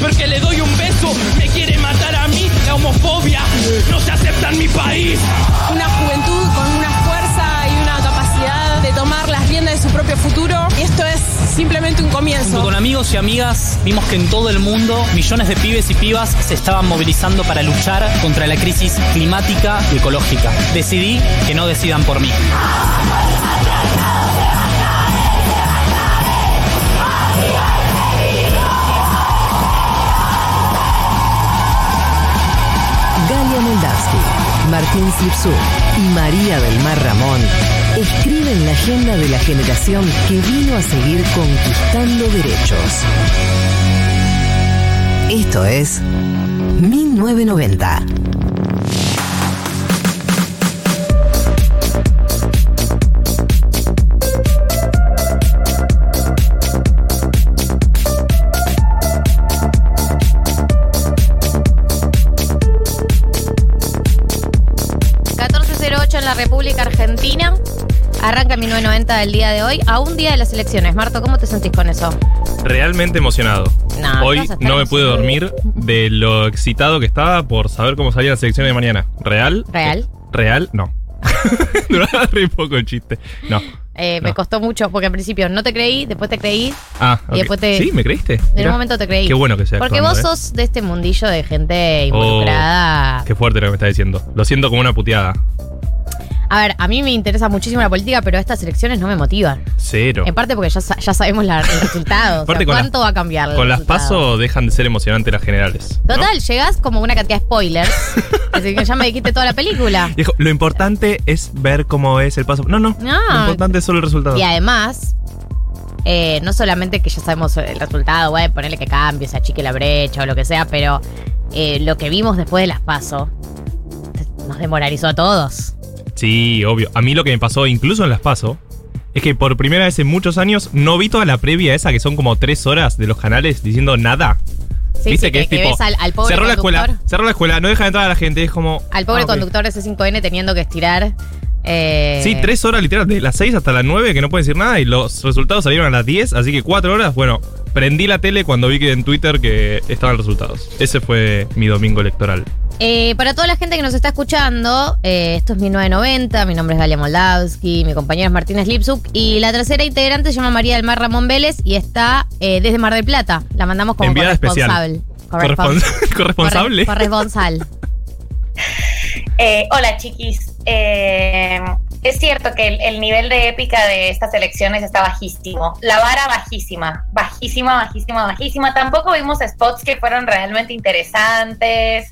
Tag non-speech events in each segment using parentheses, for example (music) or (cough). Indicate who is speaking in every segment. Speaker 1: Porque le doy un beso, me quiere matar a mí, la homofobia no se acepta en mi país.
Speaker 2: Una juventud con una fuerza y una capacidad de tomar las riendas de su propio futuro. Y esto es simplemente un
Speaker 3: Junto
Speaker 2: comienzo.
Speaker 3: con amigos y amigas vimos que en todo el mundo millones de pibes y pibas se estaban movilizando para luchar contra la crisis climática y ecológica. Decidí que no decidan por mí.
Speaker 4: Galia Moldavsky, Martín Slipsú y María del Mar Ramón escriben la agenda de la generación que vino a seguir conquistando derechos. Esto es 1990.
Speaker 5: Ujú. 1408 en la República Argentina. Arranca 1990 del día de hoy, a un día de las elecciones. Marto, ¿cómo te sentís con eso?
Speaker 6: Realmente emocionado.
Speaker 5: No,
Speaker 6: Hoy
Speaker 5: vas a estar
Speaker 6: no me pude dormir
Speaker 5: emocionado.
Speaker 6: de lo excitado que estaba por saber cómo salía la selección de mañana. ¿Real?
Speaker 5: Real.
Speaker 6: ¿Real? No. (laughs) Duraba re poco el chiste. No.
Speaker 5: Eh, Me
Speaker 6: No.
Speaker 5: costó mucho porque al principio no te creí, después te creí,
Speaker 6: Ah,
Speaker 5: Y
Speaker 6: ok.
Speaker 5: después te-
Speaker 6: ¿Sí? ¿Me creíste?
Speaker 5: en
Speaker 6: Mirá.
Speaker 5: un momento te creí.
Speaker 6: Qué bueno que sea
Speaker 5: Porque
Speaker 6: actuando,
Speaker 5: vos
Speaker 6: ¿eh?
Speaker 5: sos de este mundillo de gente
Speaker 6: Oh,
Speaker 5: involucrada.
Speaker 6: Qué fuerte lo que me está diciendo. Lo siento como una puteada.
Speaker 5: A ver, a mí me interesa muchísimo la política, pero estas elecciones no me motivan.
Speaker 6: Cero.
Speaker 5: En parte porque ya, sa- ya sabemos la- el resultado. O sea,
Speaker 6: Aparte con
Speaker 5: ¿Cuánto
Speaker 6: las-
Speaker 5: va a cambiar? el
Speaker 6: Con las
Speaker 5: resultado?
Speaker 6: pasos dejan de ser emocionantes las generales. ¿no?
Speaker 5: Total, llegás como una cantidad de
Speaker 6: (laughs)
Speaker 5: spoilers. así que ya me dijiste toda la película.
Speaker 6: Dijo, lo importante es ver cómo es el paso. No, no.
Speaker 5: No.
Speaker 6: Lo importante es solo el resultado.
Speaker 5: Y además, eh, no solamente que ya sabemos el resultado, güey, ponerle que cambie, se achique la brecha o lo que sea, pero eh, lo que vimos después de las pasos nos demoralizó a todos.
Speaker 6: Sí, obvio. A mí lo que me pasó, incluso en las paso, es que por primera vez en muchos años no vi toda la previa esa que son como tres horas de los canales diciendo nada.
Speaker 5: Sí,
Speaker 6: Viste
Speaker 5: sí,
Speaker 6: que, es tipo.
Speaker 5: ves al, al pobre
Speaker 6: cerró la
Speaker 5: conductor.
Speaker 6: escuela, cerró la escuela, no deja de entrar a la gente. Es como.
Speaker 5: Al pobre
Speaker 6: ah, ok.
Speaker 5: conductor de C5N teniendo que estirar. eh,
Speaker 6: Sí, tres horas literal, de las seis hasta las nueve que no puede decir nada y los resultados salieron a las diez, así que cuatro horas. Bueno, prendí la tele cuando vi que en Twitter que estaban los resultados. Ese fue mi domingo electoral.
Speaker 5: Eh, para toda la gente que nos está escuchando, eh, esto es 1990, mi nombre es Galia Moldavsky, mi compañera es Martínez Lipsuk y la tercera integrante se llama María del Mar Ramón Vélez y está eh, desde Mar del Plata. La mandamos como
Speaker 6: Enviada
Speaker 5: corresponsal.
Speaker 6: especial. (laughs) Correspons-
Speaker 5: Corre-
Speaker 6: corresponsable.
Speaker 5: corresponsal.
Speaker 7: Eh, hola chiquis, Eh, es cierto que el, el nivel de épica de estas elecciones está bajísimo, la vara bajísima, bajísima, bajísima, bajísima. Tampoco vimos spots que fueron realmente interesantes.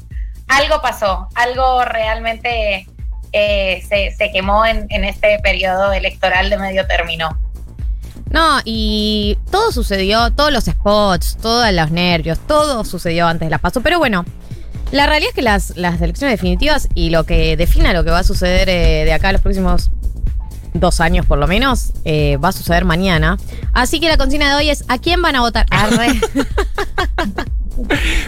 Speaker 7: Algo pasó, algo realmente eh, se, se quemó en, en este periodo electoral de medio término.
Speaker 5: No, y todo sucedió, todos los spots, todos los nervios, todo sucedió antes de las PASO. Pero bueno, la realidad es que las, las elecciones definitivas y lo que defina lo que va a suceder eh, de acá a los próximos dos años por lo menos, eh, va a suceder mañana. Así que la consigna de hoy es, ¿a quién van a
Speaker 6: (laughs)
Speaker 5: votar? Arre.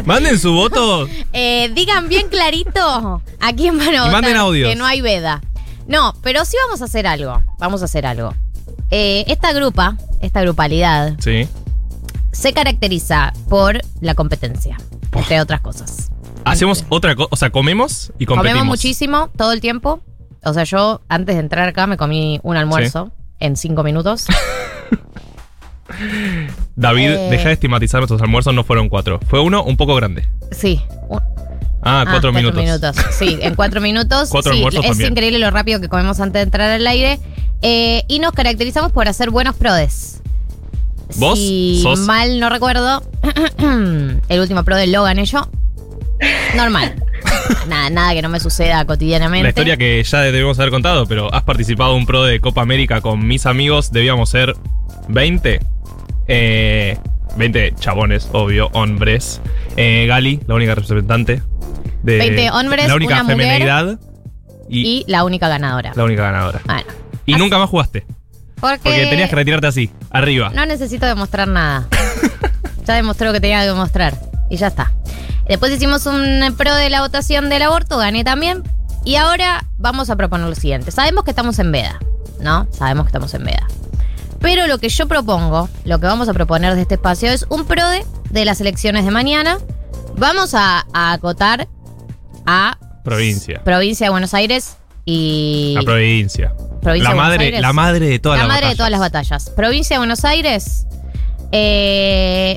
Speaker 6: Manden su voto.
Speaker 5: Eh, digan bien clarito a quién van a votar.
Speaker 6: manden audios.
Speaker 5: Que no hay veda. No, pero sí vamos a hacer algo. Vamos a hacer algo. Eh, esta grupa, esta grupalidad,
Speaker 6: Sí.
Speaker 5: se caracteriza por la competencia, entre otras cosas.
Speaker 6: Hacemos otra cosa, o sea, comemos y competimos.
Speaker 5: Comemos muchísimo todo el tiempo. O sea, yo antes de entrar acá me comí un almuerzo en cinco minutos. (laughs)
Speaker 6: David,
Speaker 5: Eh.
Speaker 6: deja de estigmatizar nuestros almuerzos, no fueron cuatro. Fue uno un poco grande.
Speaker 5: Sí. un-
Speaker 6: Ah, cuatro, minutos.
Speaker 5: Sí, en cuatro minutos.
Speaker 6: (laughs) Cuatro
Speaker 5: sí,
Speaker 6: almuerzos
Speaker 5: es
Speaker 6: también.
Speaker 5: increíble lo rápido que comemos antes de entrar al aire. Eh, y nos caracterizamos por hacer buenos prodes.
Speaker 6: ¿Vos
Speaker 5: Si
Speaker 6: sos?
Speaker 5: mal no recuerdo, (clears throat) el último pro del Logan yo.
Speaker 6: (laughs)
Speaker 5: Normal. nada, nada que no me suceda cotidianamente.
Speaker 6: La historia que ya debemos haber contado, pero has participado en un pro de Copa América con mis amigos, debíamos ser 20. Eh, 20 chabones, obvio, hombres. Eh, Gali, la única representante. De
Speaker 5: 20 hombres,
Speaker 6: La única
Speaker 5: una mujer.
Speaker 6: femenidad y,
Speaker 5: Y la única ganadora.
Speaker 6: la única ganadora.
Speaker 5: Bueno,
Speaker 6: Y nunca más jugaste.
Speaker 5: porque,
Speaker 6: Porque tenías que retirarte así, arriba.
Speaker 5: no necesito demostrar
Speaker 6: (laughs)
Speaker 5: nada. ya demostré lo que tenía que demostrar. Y ya está. Después hicimos un pro de la votación del aborto, gané también. Y ahora vamos a proponer lo siguiente. Sabemos que estamos en veda, ¿no? Sabemos que estamos en veda. Pero lo que yo propongo, lo que vamos a proponer de este espacio es un PRODE de las elecciones de mañana. Vamos a, a acotar a
Speaker 6: Provincia.
Speaker 5: provincia de Buenos Aires y...
Speaker 6: La provincia.
Speaker 5: Provincia
Speaker 6: la
Speaker 5: de Buenos
Speaker 6: madre,
Speaker 5: Aires.
Speaker 6: la madre de todas
Speaker 5: la
Speaker 6: las
Speaker 5: madre de
Speaker 6: batallas.
Speaker 5: todas las batallas. Provincia de Buenos Aires. eh,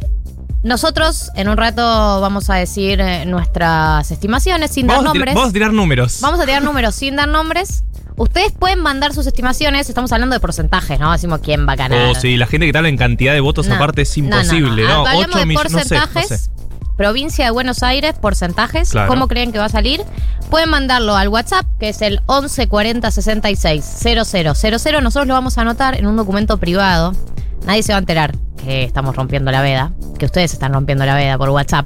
Speaker 5: nosotros en un rato vamos a decir eh, nuestras estimaciones sin dar
Speaker 6: Vamos a, tirar,
Speaker 5: nombres.
Speaker 6: vamos a tirar números.
Speaker 5: Vamos a tirar números sin dar nombres. Ustedes pueden mandar sus estimaciones. Estamos hablando de porcentajes, ¿no? Decimos quién va a ganar.
Speaker 6: Oh, sí, la gente que te habla en cantidad de votos
Speaker 5: No,
Speaker 6: aparte es
Speaker 5: no, no,
Speaker 6: imposible.
Speaker 5: no.
Speaker 6: No,
Speaker 5: Hablamos
Speaker 6: 8
Speaker 5: de
Speaker 6: millones. No sé, no
Speaker 5: porcentajes.
Speaker 6: sé.
Speaker 5: Provincia de Buenos Aires, porcentajes.
Speaker 6: Claro.
Speaker 5: ¿Cómo creen que va a salir? Pueden mandarlo al WhatsApp, que es el 1140 66 0000. Nosotros lo vamos a anotar en un documento privado. Nadie se va a enterar que estamos rompiendo la veda, que ustedes están rompiendo la veda por WhatsApp.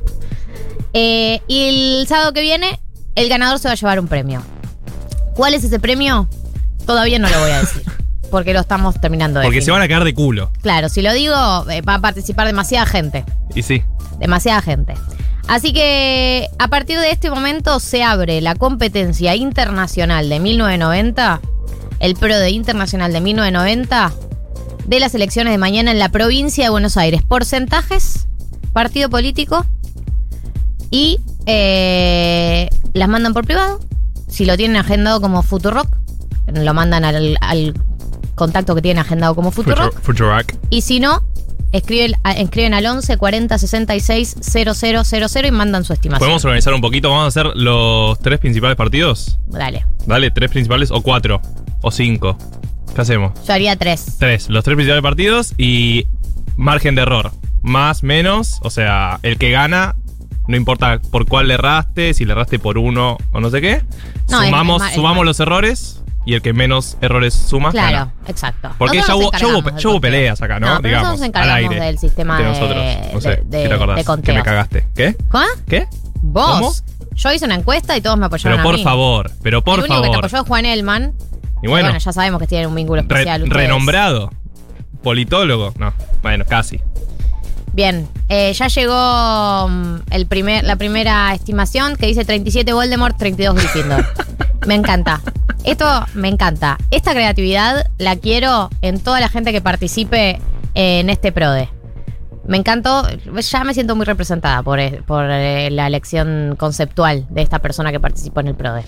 Speaker 5: Eh, y el sábado que viene, el ganador se va a llevar un premio. ¿Cuál es ese premio? Todavía no lo voy a
Speaker 6: (laughs)
Speaker 5: decir, porque lo estamos terminando de
Speaker 6: Porque se
Speaker 5: definir.
Speaker 6: van a quedar de culo.
Speaker 5: Claro, si lo digo, eh, va a participar demasiada gente
Speaker 6: Y sí.
Speaker 5: demasiada gente. Así que a partir de este momento se abre la competencia internacional de 1990, el Pro de Internacional de 1990, de las elecciones de mañana en la provincia de Buenos Aires. Porcentajes, partido político y eh, las mandan por privado. Si lo tienen agendado como Futurock, lo mandan al, al contacto que tienen agendado como Futurock.
Speaker 6: Futurock.
Speaker 5: Y si no, escriben, a- escriben al 11 40 66 0000 y mandan su estimación.
Speaker 6: Podemos organizar un poquito. Vamos a hacer los tres principales partidos.
Speaker 5: Dale.
Speaker 6: Dale, tres principales o cuatro. O cinco. ¿Qué hacemos?
Speaker 5: Yo haría tres.
Speaker 6: Tres. Los tres principales partidos y margen de error. Más, menos. O sea, el que gana, no importa por cuál le erraste, si le erraste por uno o no sé qué.
Speaker 5: No, el-
Speaker 6: sumamos
Speaker 5: el ma- el
Speaker 6: sumamos
Speaker 5: ma-
Speaker 6: los errores y el que menos errores suma.
Speaker 5: claro,
Speaker 6: gana.
Speaker 5: exacto.
Speaker 6: Porque ya
Speaker 5: Nosotros
Speaker 6: hubo,
Speaker 5: nos
Speaker 6: ya hubo-
Speaker 5: encargamos
Speaker 6: ya hubo
Speaker 5: del conteo.
Speaker 6: peleas acá, ¿no?
Speaker 5: pero
Speaker 6: Digamos,
Speaker 5: nosotros nos
Speaker 6: al
Speaker 5: encargamos
Speaker 6: aire.
Speaker 5: del sistema
Speaker 6: Entre
Speaker 5: de,
Speaker 6: nosotros. No sé,
Speaker 5: de-
Speaker 6: ¿qué
Speaker 5: de-
Speaker 6: te acordás?
Speaker 5: de
Speaker 6: Que me
Speaker 5: conteos.
Speaker 6: cagaste. ¿é?
Speaker 5: ¿Cómo?
Speaker 6: ¿Qué?
Speaker 5: Vos.
Speaker 6: ¿Cómo?
Speaker 5: Yo hice una encuesta y todos me apoyaron
Speaker 6: Pero
Speaker 5: a
Speaker 6: por
Speaker 5: mí.
Speaker 6: favor, pero por
Speaker 5: El único que te
Speaker 6: favor.
Speaker 5: apoyó es Juan Elman.
Speaker 6: y bueno,
Speaker 5: ya sabemos que tienen un vínculo
Speaker 6: re-
Speaker 5: especial. ustedes.
Speaker 6: renombrado. Politólogo. No, bueno, casi.
Speaker 5: Bien, eh, ya llegó mm, el primer, la primera estimación que dice 37 Voldemort, 32
Speaker 6: (laughs)
Speaker 5: Gryffindor. me encanta. Esto me encanta. Esta creatividad la quiero en toda la gente que participe en este PRODE. Me encantó, ya me siento muy representada por, eh, por eh, la elección conceptual de esta persona que participó en el PRODE.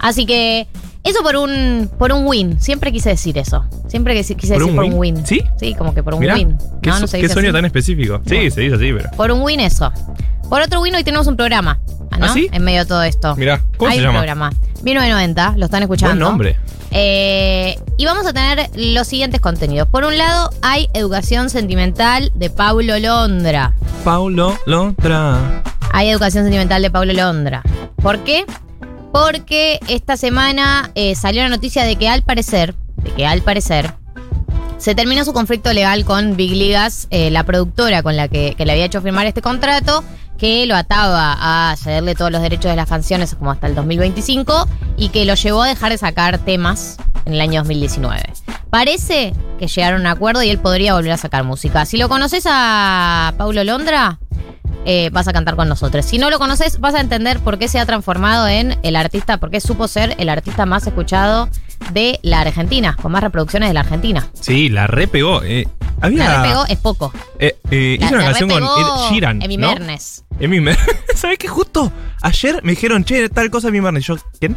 Speaker 5: Así que eso por un por un win. Siempre quise decir eso. Siempre quise, quise
Speaker 6: ¿Por
Speaker 5: decir
Speaker 6: un
Speaker 5: por un
Speaker 6: win?
Speaker 5: win.
Speaker 6: ¿Sí?
Speaker 5: Sí, como que por un
Speaker 6: Mirá,
Speaker 5: win.
Speaker 6: qué,
Speaker 5: No,
Speaker 6: su-
Speaker 5: no se
Speaker 6: qué
Speaker 5: dice
Speaker 6: sueño
Speaker 5: así.
Speaker 6: tan específico. Sí, se dice así, pero.
Speaker 5: Por un win eso. Por otro win hoy tenemos un programa. ¿no?
Speaker 6: ¿Ah, sí?
Speaker 5: En medio de todo esto.
Speaker 6: Mirá, ¿cómo
Speaker 5: Hay
Speaker 6: se
Speaker 5: un
Speaker 6: llama?
Speaker 5: programa. 1990, lo están escuchando.
Speaker 6: Buen nombre.
Speaker 5: Eh, y vamos a tener los siguientes contenidos. Por un lado, hay Educación Sentimental de Paulo Londra.
Speaker 6: Paulo Lontra.
Speaker 5: Hay Educación Sentimental de Paulo Londra. ¿Por qué? Porque esta semana eh, salió la noticia de que al parecer, de que al parecer, se terminó su conflicto legal con Big Ligas, eh, la productora con la que, que le había hecho firmar este contrato, que lo ataba a cederle todos los derechos de las canciones como hasta el 2025 y que lo llevó a dejar de sacar temas en el año 2019. Parece que llegaron a un acuerdo y él podría volver a sacar música. Si lo conoces a Paulo Londra, eh, vas a cantar con nosotros. Si no lo conoces, vas a entender por qué se ha transformado en el artista, por qué supo ser el artista más escuchado de la Argentina, con más reproducciones de la Argentina.
Speaker 6: Sí, la repegó. Eh, había.
Speaker 5: La repegó es poco.
Speaker 6: eh, eh,
Speaker 5: La-
Speaker 6: hizo una
Speaker 5: la
Speaker 6: canción con
Speaker 5: repegó
Speaker 6: Ed Sheeran.
Speaker 5: Emi
Speaker 6: ¿no?
Speaker 5: Mernes.
Speaker 6: Emi (laughs) Mernes. ¿Sabes qué? Justo ayer me dijeron, che, tal cosa Emi Mernes. Yo, ¿quién?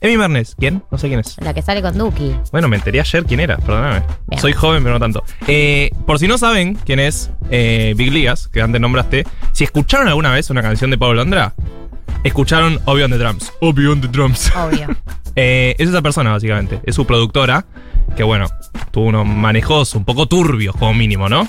Speaker 6: Emi Mernes. ¿Quién? No sé quién es.
Speaker 5: La que sale con Duki.
Speaker 6: Bueno, me enteré ayer quién era, perdóname.
Speaker 5: Bien.
Speaker 6: Soy joven, pero no tanto. Eh, por si no saben quién es eh, Big Ligas, que antes nombraste, si escucharon alguna vez una canción de Pablo Londra, escucharon Obi on the Drums. Obi on the Drums.
Speaker 5: Obvio.
Speaker 6: Eh, es esa persona, básicamente. Es su productora, que bueno, tuvo unos manejos un poco turbios, como mínimo, ¿no?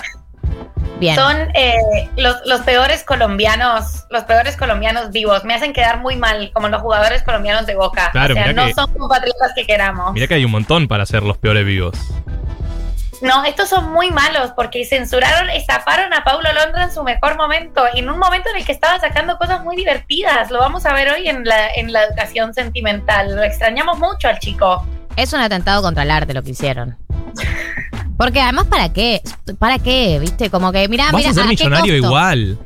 Speaker 7: Son eh, los, los peores colombianos, los peores colombianos vivos. Me hacen quedar muy mal, como los jugadores colombianos de Boca.
Speaker 6: Claro,
Speaker 7: o sea,
Speaker 6: mirá
Speaker 7: no
Speaker 6: que-
Speaker 7: son compatriotas que queramos.
Speaker 6: Mirá que hay un montón para ser los peores vivos.
Speaker 7: No, estos son muy malos porque censuraron, estafaron a Paulo Londra en su mejor momento, en un momento en el que estaba sacando cosas muy divertidas. Lo vamos a ver hoy en la, en la educación sentimental. Lo extrañamos mucho al chico.
Speaker 5: Es un atentado contra el arte lo que hicieron. Porque además, ¿para qué? ¿Para qué? ¿Viste? Como que, mira,
Speaker 6: Vas
Speaker 5: mira,
Speaker 6: a ser
Speaker 5: ¿a Ah, qué
Speaker 6: millonario
Speaker 5: costo?
Speaker 6: igual.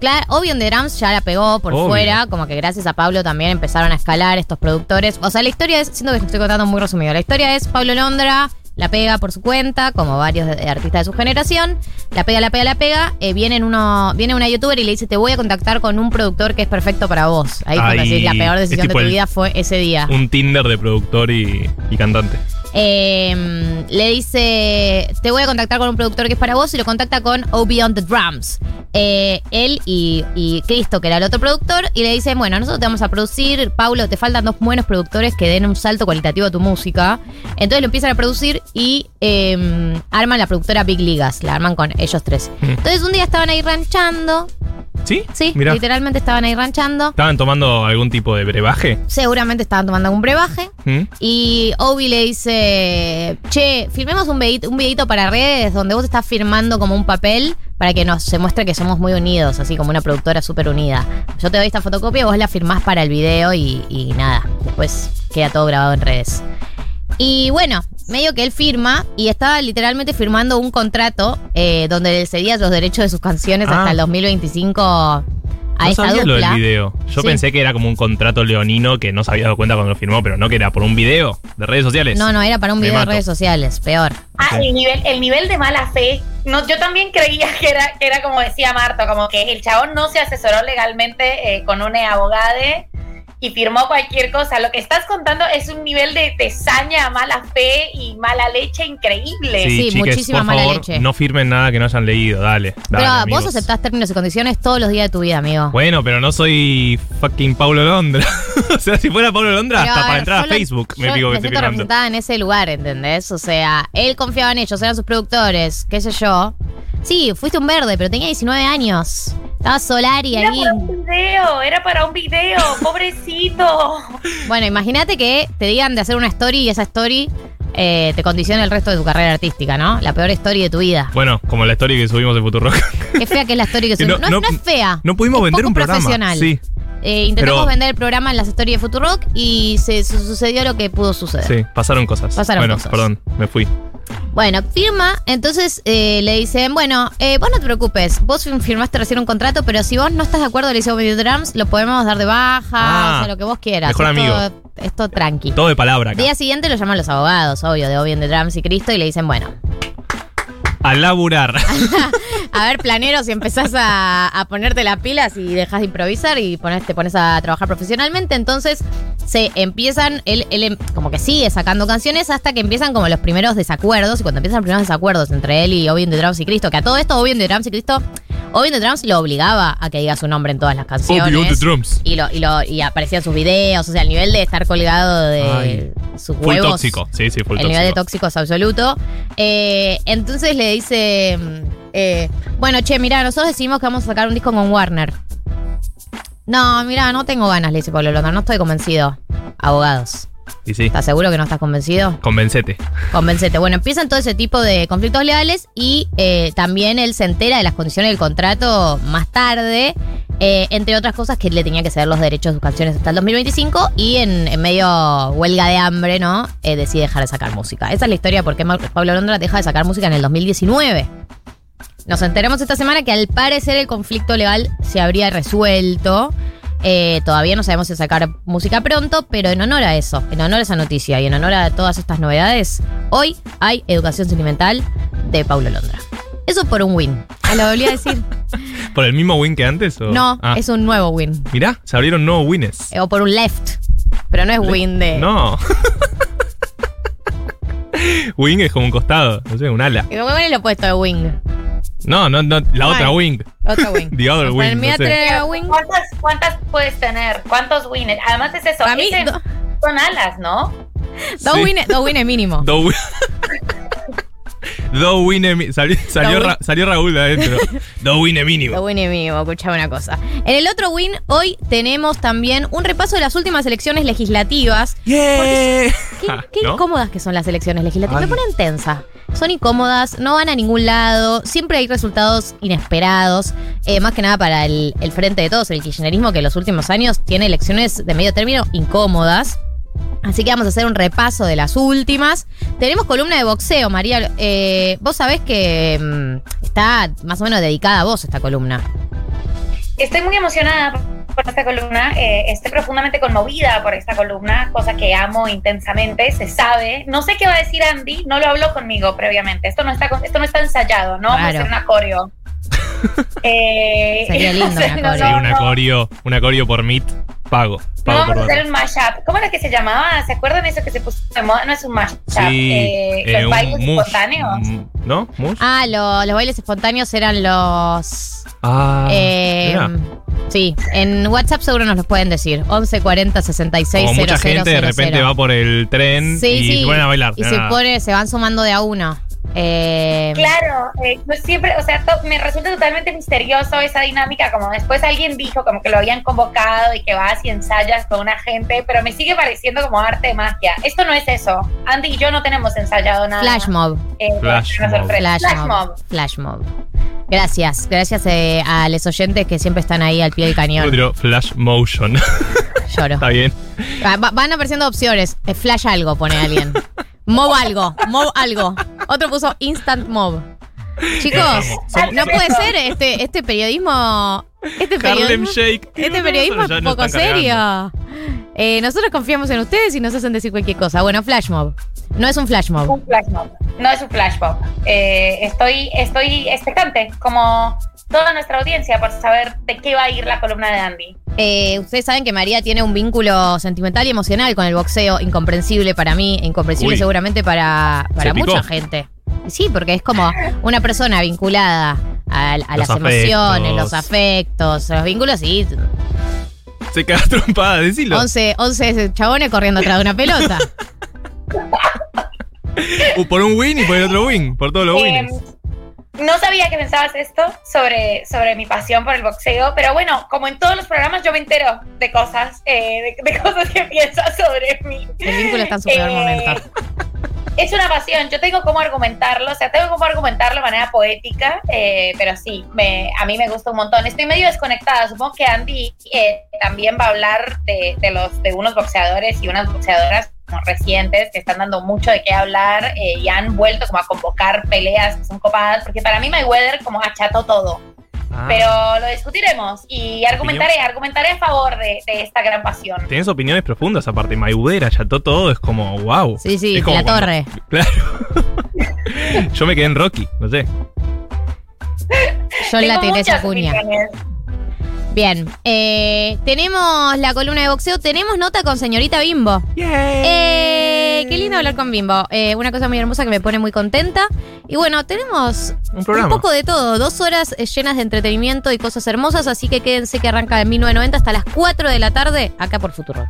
Speaker 5: Claro, obvio, The Drums ya la pegó por
Speaker 6: Obvio.
Speaker 5: fuera, como que gracias a Pablo también empezaron a escalar estos productores. O sea, la historia es, siento que estoy contando muy resumido, la historia es Pablo Londra la pega por su cuenta, como varios de- de artistas de su generación, la pega, la pega, la pega, eh, vienen uno, viene una youtuber y le dice, te voy a contactar con un productor que es perfecto para vos. Ahí fue cuando
Speaker 6: Ahí,
Speaker 5: decís, la peor
Speaker 6: es
Speaker 5: decisión de
Speaker 6: tipo
Speaker 5: tu
Speaker 6: el-
Speaker 5: vida fue ese día.
Speaker 6: Un Tinder de productor y, y cantante.
Speaker 5: Eh, le dice, te voy a contactar con un productor que es para vos y lo contacta con O.B. on the Drums. Eh, él y, y Cristo, que era el otro productor, y le dicen, bueno, nosotros te vamos a producir, Paulo, te faltan dos buenos productores que den un salto cualitativo a tu música. Entonces lo empiezan a producir y eh, arman la productora Big Ligas, la arman con ellos tres. Entonces un día estaban ahí ranchando,
Speaker 6: ¿Sí?
Speaker 5: Mm. sí,
Speaker 6: Mirá.
Speaker 5: literalmente estaban ahí ranchando,
Speaker 6: ¿Estaban tomando algún tipo de brebaje?
Speaker 5: seguramente estaban tomando un brebaje.
Speaker 6: ¿Mm?
Speaker 5: Y Obi le dice, che, firmemos un videito, un videito para redes donde vos estás firmando como un papel para que nos se muestre que somos muy unidos, así como una productora súper unida. Yo te doy esta fotocopia, vos la firmás para el video y, y nada, después queda todo grabado en redes. Y bueno, medio que él firma y estaba literalmente firmando un contrato eh, donde le cedía los derechos de sus canciones
Speaker 6: Ah.
Speaker 5: hasta el 2025 a
Speaker 6: no
Speaker 5: esta
Speaker 6: sabía
Speaker 5: dupla.
Speaker 6: lo del video. Yo
Speaker 5: Sí.
Speaker 6: pensé que era como un contrato leonino que no se había dado cuenta cuando lo firmó, pero no que era por un video de redes sociales.
Speaker 5: No, no, era para un
Speaker 6: Me
Speaker 5: video de
Speaker 6: mato.
Speaker 5: redes sociales, peor.
Speaker 7: Ah, el nivel, el nivel de mala fe. No, yo también creía que era, que era como decía Marto, como que el chabón no se asesoró legalmente eh, con una abogada y firmó cualquier cosa. Lo que estás contando es un nivel de, de saña, mala fe y mala leche increíble.
Speaker 6: Sí, chiques, por favor, No firmen nada que no hayan leído, dale. dale,
Speaker 5: Pero
Speaker 6: amigos.
Speaker 5: vos aceptás términos y condiciones todos los días de tu vida, amigo.
Speaker 6: (laughs) Bueno, pero no soy fucking Paulo Londra. (laughs) o sea, si fuera Paulo Londra,
Speaker 5: Pero,
Speaker 6: hasta
Speaker 5: a
Speaker 6: para
Speaker 5: ver,
Speaker 6: entrar a
Speaker 5: yo lo-
Speaker 6: Facebook me
Speaker 5: yo
Speaker 6: digo que
Speaker 5: me
Speaker 6: estoy
Speaker 5: siento
Speaker 6: firmando.
Speaker 5: representada en ese lugar, ¿entendés? O sea, él confiaba en ellos, eran sus productores, qué sé yo. Sí, fuiste un verde, pero tenía 19 años. Estaba Solari
Speaker 7: Era
Speaker 5: ahí.
Speaker 7: para un video, era para un video, pobrecito.
Speaker 5: Bueno, imagínate que te digan de hacer una story y esa story eh, te condiciona el resto de tu carrera artística, ¿no? La peor story de tu vida.
Speaker 6: Bueno, como la historia que subimos de Futurock.
Speaker 5: Qué fea que es la story que
Speaker 6: (laughs) Que
Speaker 5: se...
Speaker 6: no-
Speaker 5: No, es-
Speaker 6: no-
Speaker 5: no es fea.
Speaker 6: no pudimos
Speaker 5: Es
Speaker 6: vender
Speaker 5: poco
Speaker 6: un programa,
Speaker 5: profesional.
Speaker 6: sí.
Speaker 5: Eh, intentamos
Speaker 6: Pero-
Speaker 5: vender el programa en las stories de Futurock y se su- sucedió lo que pudo suceder.
Speaker 6: Sí, pasaron cosas.
Speaker 5: Pasaron
Speaker 6: bueno,
Speaker 5: cosas.
Speaker 6: perdón, me fui.
Speaker 5: Bueno, firma, entonces eh, le dicen, bueno, eh, vos no te preocupes, vos fir- firmaste recién un contrato, pero si vos no estás de acuerdo, le dice Video Drums, lo podemos dar de baja,
Speaker 6: Ah,
Speaker 5: o sea, lo que vos quieras.
Speaker 6: mejor
Speaker 5: esto,
Speaker 6: amigo.
Speaker 5: Esto tranqui.
Speaker 6: Todo de palabra acá.
Speaker 5: Día siguiente lo llaman los abogados, obvio, de Obi and the Drums y Cristo, y le dicen, bueno, (laughs)
Speaker 6: A laburar.
Speaker 5: a ver, planero, si empezás a, a ponerte las pilas y dejas de improvisar y pones, te pones a trabajar profesionalmente, entonces se empiezan, él, él em- como que sigue sacando canciones hasta que empiezan como los primeros desacuerdos. Y cuando empiezan los primeros desacuerdos entre él y Obin de Drums y Cristo, que a todo esto Obin de Drums y Cristo, Obin de Drums lo obligaba a que diga su nombre en todas las canciones.
Speaker 6: Obi on Oh, the Drums.
Speaker 5: Y, lo, y, lo, y aparecían sus videos, o sea, el nivel de estar colgado de
Speaker 6: Ay.
Speaker 5: sus
Speaker 6: Full
Speaker 5: huevos.
Speaker 6: tóxico. Sí, sí, full
Speaker 5: El
Speaker 6: tóxico.
Speaker 5: nivel de tóxico es absoluto. Eh, entonces le dice, mm, eh, bueno, che, mira, nosotros decidimos que vamos a sacar un disco con Warner. No, mira, no tengo ganas, le dice Pablo Londra, no estoy convencido. Abogados.
Speaker 6: Y sí,
Speaker 5: ¿Estás seguro que no estás convencido?
Speaker 6: convencete.
Speaker 5: Convencete. Bueno, empiezan todo ese tipo de conflictos legales y eh, también él se entera de las condiciones del contrato más tarde, eh, entre otras cosas que le tenía que ceder los derechos de sus canciones hasta el 2025 y en, en medio huelga de hambre, ¿no? Eh, decide dejar de sacar música. Esa es la historia por qué Ma- Pablo Londra deja de sacar música en el 2019. Nos enteramos esta semana que al parecer el conflicto legal se habría resuelto. Eh, todavía no sabemos si sacar música pronto, pero en honor a eso, en honor a esa noticia y en honor a todas estas novedades, hoy hay educación sentimental de Paulo Londra. Eso por un win. Ah, Lo volví a (laughs) decir.
Speaker 6: ¿Por el mismo win que antes? O?
Speaker 5: No,
Speaker 6: Ah.
Speaker 5: es un nuevo win.
Speaker 6: Mirá, se abrieron nuevos wins.
Speaker 5: Eh, o por un left. Pero no es win de.
Speaker 6: No. (laughs) wing es como un costado, no sé, un ala.
Speaker 5: Y me ponen el opuesto de wing.
Speaker 6: No, no, no, la otra
Speaker 5: Ay.
Speaker 6: wing.
Speaker 5: Otro
Speaker 6: (laughs)
Speaker 5: wing.
Speaker 6: The other
Speaker 5: Bueno,
Speaker 6: wing.
Speaker 5: mira,
Speaker 6: No sé.
Speaker 5: tres-
Speaker 7: ¿Cuántas, ¿Cuántas puedes tener? ¿Cuántos winners? Además es eso.
Speaker 5: Para mí,
Speaker 7: ese-
Speaker 5: do-
Speaker 7: Son alas, ¿no?
Speaker 5: Dos
Speaker 6: Sí.
Speaker 5: win, dos win es
Speaker 6: (laughs)
Speaker 5: mínimo.
Speaker 6: Do win. Do win em- sali- Salió,
Speaker 5: win.
Speaker 6: Ra- salió Raúl de adentro. Do win em
Speaker 5: Lo
Speaker 6: mínimo.
Speaker 5: win y mínimo, escuchame una cosa. En el otro win, hoy tenemos también un repaso de las últimas elecciones legislativas. Porque- Qué, qué
Speaker 6: Ah, ¿No?
Speaker 5: incómodas que son las elecciones legislativas. Me
Speaker 6: Ay.
Speaker 5: ponen tensa. son incómodas, no van a ningún lado, siempre hay resultados inesperados, eh, más que nada para el, el frente de todos, el kirchnerismo que en los últimos años tiene elecciones de medio término incómodas. Así que vamos a hacer un repaso de las últimas. Tenemos columna de boxeo, María. Eh, vos sabés que mm, está más o menos dedicada a vos esta columna.
Speaker 7: Estoy muy emocionada por esta columna, eh, estoy profundamente conmovida por esta columna, cosa que amo intensamente, se sabe. No sé qué va a decir Andy, no lo habló conmigo previamente. Esto no está, con- esto no está ensayado, ¿no? Vamos a
Speaker 5: Claro.
Speaker 7: hacer una
Speaker 5: (laughs)
Speaker 7: coreo. Eh,
Speaker 5: Sería lindo una
Speaker 7: (laughs) no,
Speaker 5: coreo.
Speaker 6: Sí,
Speaker 7: no,
Speaker 6: una
Speaker 7: no.
Speaker 6: corio, una corio por Meet, pago.
Speaker 7: No
Speaker 6: Pago
Speaker 7: vamos
Speaker 6: por
Speaker 7: a hacer
Speaker 6: verlo.
Speaker 7: un mashup. ¿Cómo era que se llamaba? ¿Se acuerdan eso que se puso de moda? No es un mashup.
Speaker 6: Sí,
Speaker 7: eh,
Speaker 6: eh,
Speaker 7: los
Speaker 6: un
Speaker 7: bailes
Speaker 6: mush.
Speaker 7: espontáneos.
Speaker 6: Mm, ¿No? ¿Mush?
Speaker 5: Ah, lo- los bailes espontáneos eran los.
Speaker 6: Ah,
Speaker 5: eh,
Speaker 6: mirá.
Speaker 5: sí, en WhatsApp seguro nos los pueden decir. 11 40 66
Speaker 6: Como mucha
Speaker 5: 00
Speaker 6: gente de repente
Speaker 5: 00.
Speaker 6: va por el tren
Speaker 5: Sí,
Speaker 6: y
Speaker 5: sí.
Speaker 6: se ponen a bailar.
Speaker 5: Y
Speaker 6: de
Speaker 5: se,
Speaker 6: nada.
Speaker 5: pone, se van sumando de a uno.
Speaker 6: (laughs)
Speaker 5: Eh,
Speaker 7: Claro, eh, yo siempre, o sea, to- me resulta totalmente misterioso esa dinámica, como después alguien dijo como que lo habían convocado y que vas y ensayas con una gente, pero me sigue pareciendo como arte de magia. Esto no es eso. Andy y yo no tenemos ensayado nada.
Speaker 5: Flash mob.
Speaker 7: Eh,
Speaker 6: Flash
Speaker 7: una
Speaker 6: mob.
Speaker 7: sorpresa.
Speaker 5: Flash,
Speaker 7: Flash
Speaker 5: mob.
Speaker 7: mob.
Speaker 5: Flash mob. Gracias, gracias eh, a los oyentes que siempre están ahí al pie del
Speaker 6: Yo
Speaker 5: cañón.
Speaker 6: tiro flash motion. (laughs)
Speaker 5: Lloro.
Speaker 6: Está bien.
Speaker 5: Va- va- Van apareciendo opciones. Eh, Flash algo, pone alguien. Mob algo, mob algo. Otro puso instant mob. Chicos,
Speaker 6: Somos-
Speaker 5: no puede ser este, este periodismo. Este
Speaker 6: Harlem
Speaker 5: periodismo,
Speaker 6: Shake.
Speaker 5: este periodismo es
Speaker 6: Ya
Speaker 5: un
Speaker 6: nos
Speaker 5: poco
Speaker 6: están
Speaker 5: serio. Eh, nosotros confiamos en ustedes y nos hacen decir cualquier cosa. Bueno, flash mob. No es un flash mob.
Speaker 7: Un flash mob. No es un flash mob. Eh, estoy, estoy expectante, como toda nuestra audiencia, por saber de qué va a ir la columna de Andy.
Speaker 5: Eh, ustedes saben que María tiene un vínculo sentimental y emocional con el boxeo, incomprensible para mí, e incomprensible
Speaker 6: Uy.
Speaker 5: seguramente para, para
Speaker 6: Se picó.
Speaker 5: mucha gente. Sí, porque es como una persona vinculada a, a las
Speaker 6: Los
Speaker 5: emociones,
Speaker 6: afectos.
Speaker 5: los afectos, los vínculos y
Speaker 6: Se queda (laughs) trompada, decilo.
Speaker 5: 11, 11 chabones corriendo atrás de una
Speaker 6: (laughs)
Speaker 5: pelota.
Speaker 6: Uh, Por un win y por el otro win. Por todos los
Speaker 7: Eh,
Speaker 6: wins.
Speaker 7: no sabía que pensabas esto sobre, sobre mi pasión por el boxeo, pero bueno, como en todos los programas yo me entero de cosas, eh, de, de cosas que (laughs) piensas sobre mí.
Speaker 5: El vínculo está en su peor
Speaker 7: Eh,
Speaker 5: momento.
Speaker 7: Es una pasión, yo tengo cómo argumentarlo, o sea, tengo cómo argumentarlo de manera poética, eh, pero sí, me, a mí me gusta un montón. Estoy medio desconectada, supongo que Andy eh, también va a hablar de, de los, de unos boxeadores y unas boxeadoras como recientes que están dando mucho de qué hablar eh, y han vuelto como a convocar peleas que son copadas, porque para mí Mayweather como acható todo,
Speaker 6: Ah.
Speaker 7: pero lo discutiremos y argumentaré, argumentaré a favor de, de esta gran pasión.
Speaker 6: Tienes opiniones profundas aparte. Maidera, ya todo, todo es como, wow.
Speaker 5: Sí, sí,
Speaker 6: Es como
Speaker 5: la
Speaker 6: cuando-
Speaker 5: torre.
Speaker 6: (laughs) Claro. (laughs) Yo me quedé en Rocky, no sé.
Speaker 5: Yo la
Speaker 7: Tengo
Speaker 5: Teresa
Speaker 7: muchas
Speaker 5: Acuña.
Speaker 7: opiniones.
Speaker 5: Bien, eh, tenemos la columna de boxeo, tenemos nota con señorita Bimbo. Eh, qué lindo hablar con Bimbo. Eh, una cosa muy hermosa que me pone muy contenta. Y bueno, tenemos
Speaker 6: Un programa.
Speaker 5: poco de todo, dos horas eh, llenas de entretenimiento y cosas hermosas, así que quédense que arranca de 1990 hasta las 4 de la tarde acá por Futuro.